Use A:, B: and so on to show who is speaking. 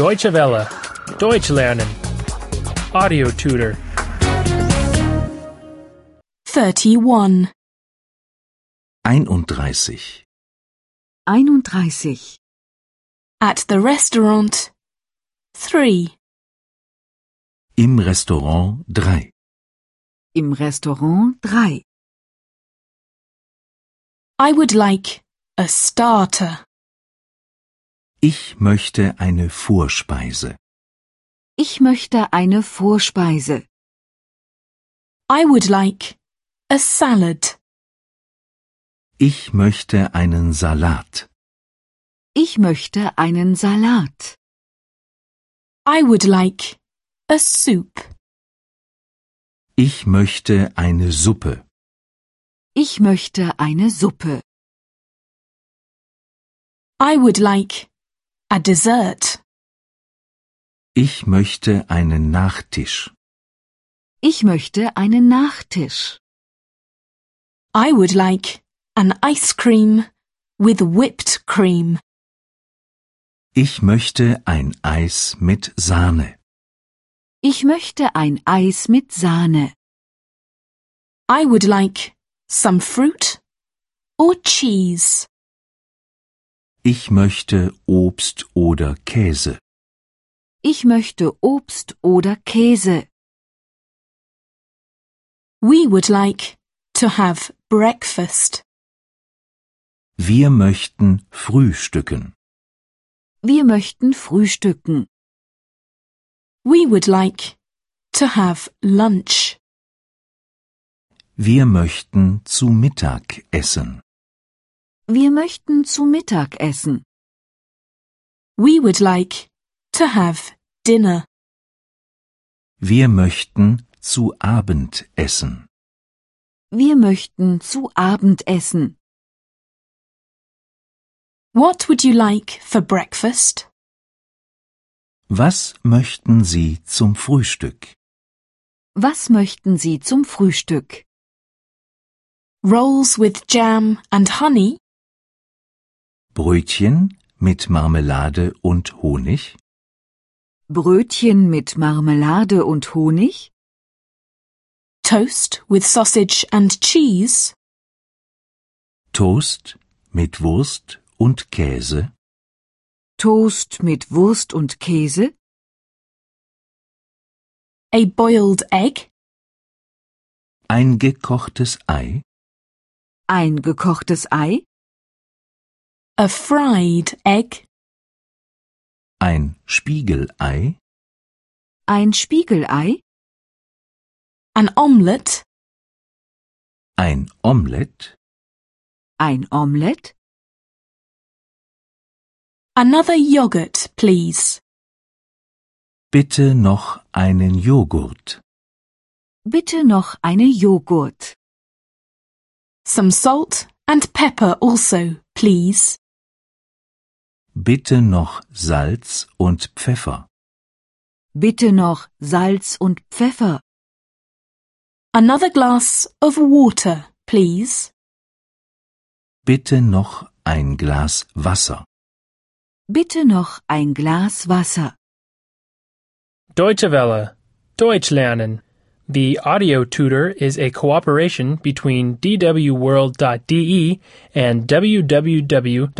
A: Deutsche Welle. Deutsch lernen. Audio tutor.
B: 31.
C: 31.
D: 31.
B: At the restaurant. 3.
C: Im Restaurant 3.
D: Im Restaurant 3.
B: I would like a starter.
C: Ich möchte eine Vorspeise.
D: Ich möchte eine Vorspeise.
B: I would like a salad.
C: Ich möchte einen Salat.
D: Ich möchte einen Salat.
B: I would like a soup.
C: Ich möchte eine Suppe.
D: Ich möchte eine Suppe.
B: I would like a dessert.
C: Ich möchte einen Nachtisch.
D: Ich möchte einen Nachtisch.
B: I would like an ice cream with whipped cream.
C: Ich möchte ein Eis mit Sahne.
D: Ich möchte ein Eis mit Sahne.
B: I would like some fruit or cheese.
C: Ich möchte Obst oder Käse.
D: Ich möchte Obst oder Käse.
B: We would like to have breakfast.
C: Wir möchten frühstücken.
D: Wir möchten frühstücken.
B: We would like to have lunch.
C: Wir möchten zu Mittag essen.
D: Wir möchten zu Mittag essen.
B: We would like to have dinner.
C: Wir möchten zu Abend essen.
D: Wir möchten zu Abend essen.
B: What would you like for breakfast?
C: Was möchten Sie zum Frühstück?
D: Was möchten Sie zum Frühstück?
B: Rolls with jam and honey,
C: Brötchen mit Marmelade und Honig?
D: Brötchen mit Marmelade und Honig?
B: toast with sausage and cheese,
C: Toast mit Wurst und Käse?
D: Toast mit Wurst und Käse?
B: a boiled egg,
C: Ein gekochtes Ei?
D: Ein gekochtes Ei?
B: a fried egg,
C: Ein Spiegelei?
D: Ein Spiegelei?
B: an omelette,
C: Ein Omelett?
D: Ein Omelett?
B: another yogurt, please.
C: Bitte noch einen Joghurt.
D: Bitte noch eine Joghurt.
B: Some salt and pepper also, please.
C: Bitte noch Salz und Pfeffer.
D: Bitte noch Salz und Pfeffer.
B: Another glass of water, please.
C: Bitte noch ein Glas Wasser.
D: Bitte noch ein Glas Wasser.
A: Deutsche Welle. Deutsch lernen. The audio tutor is a cooperation between E dwworld.de and www.book2.de.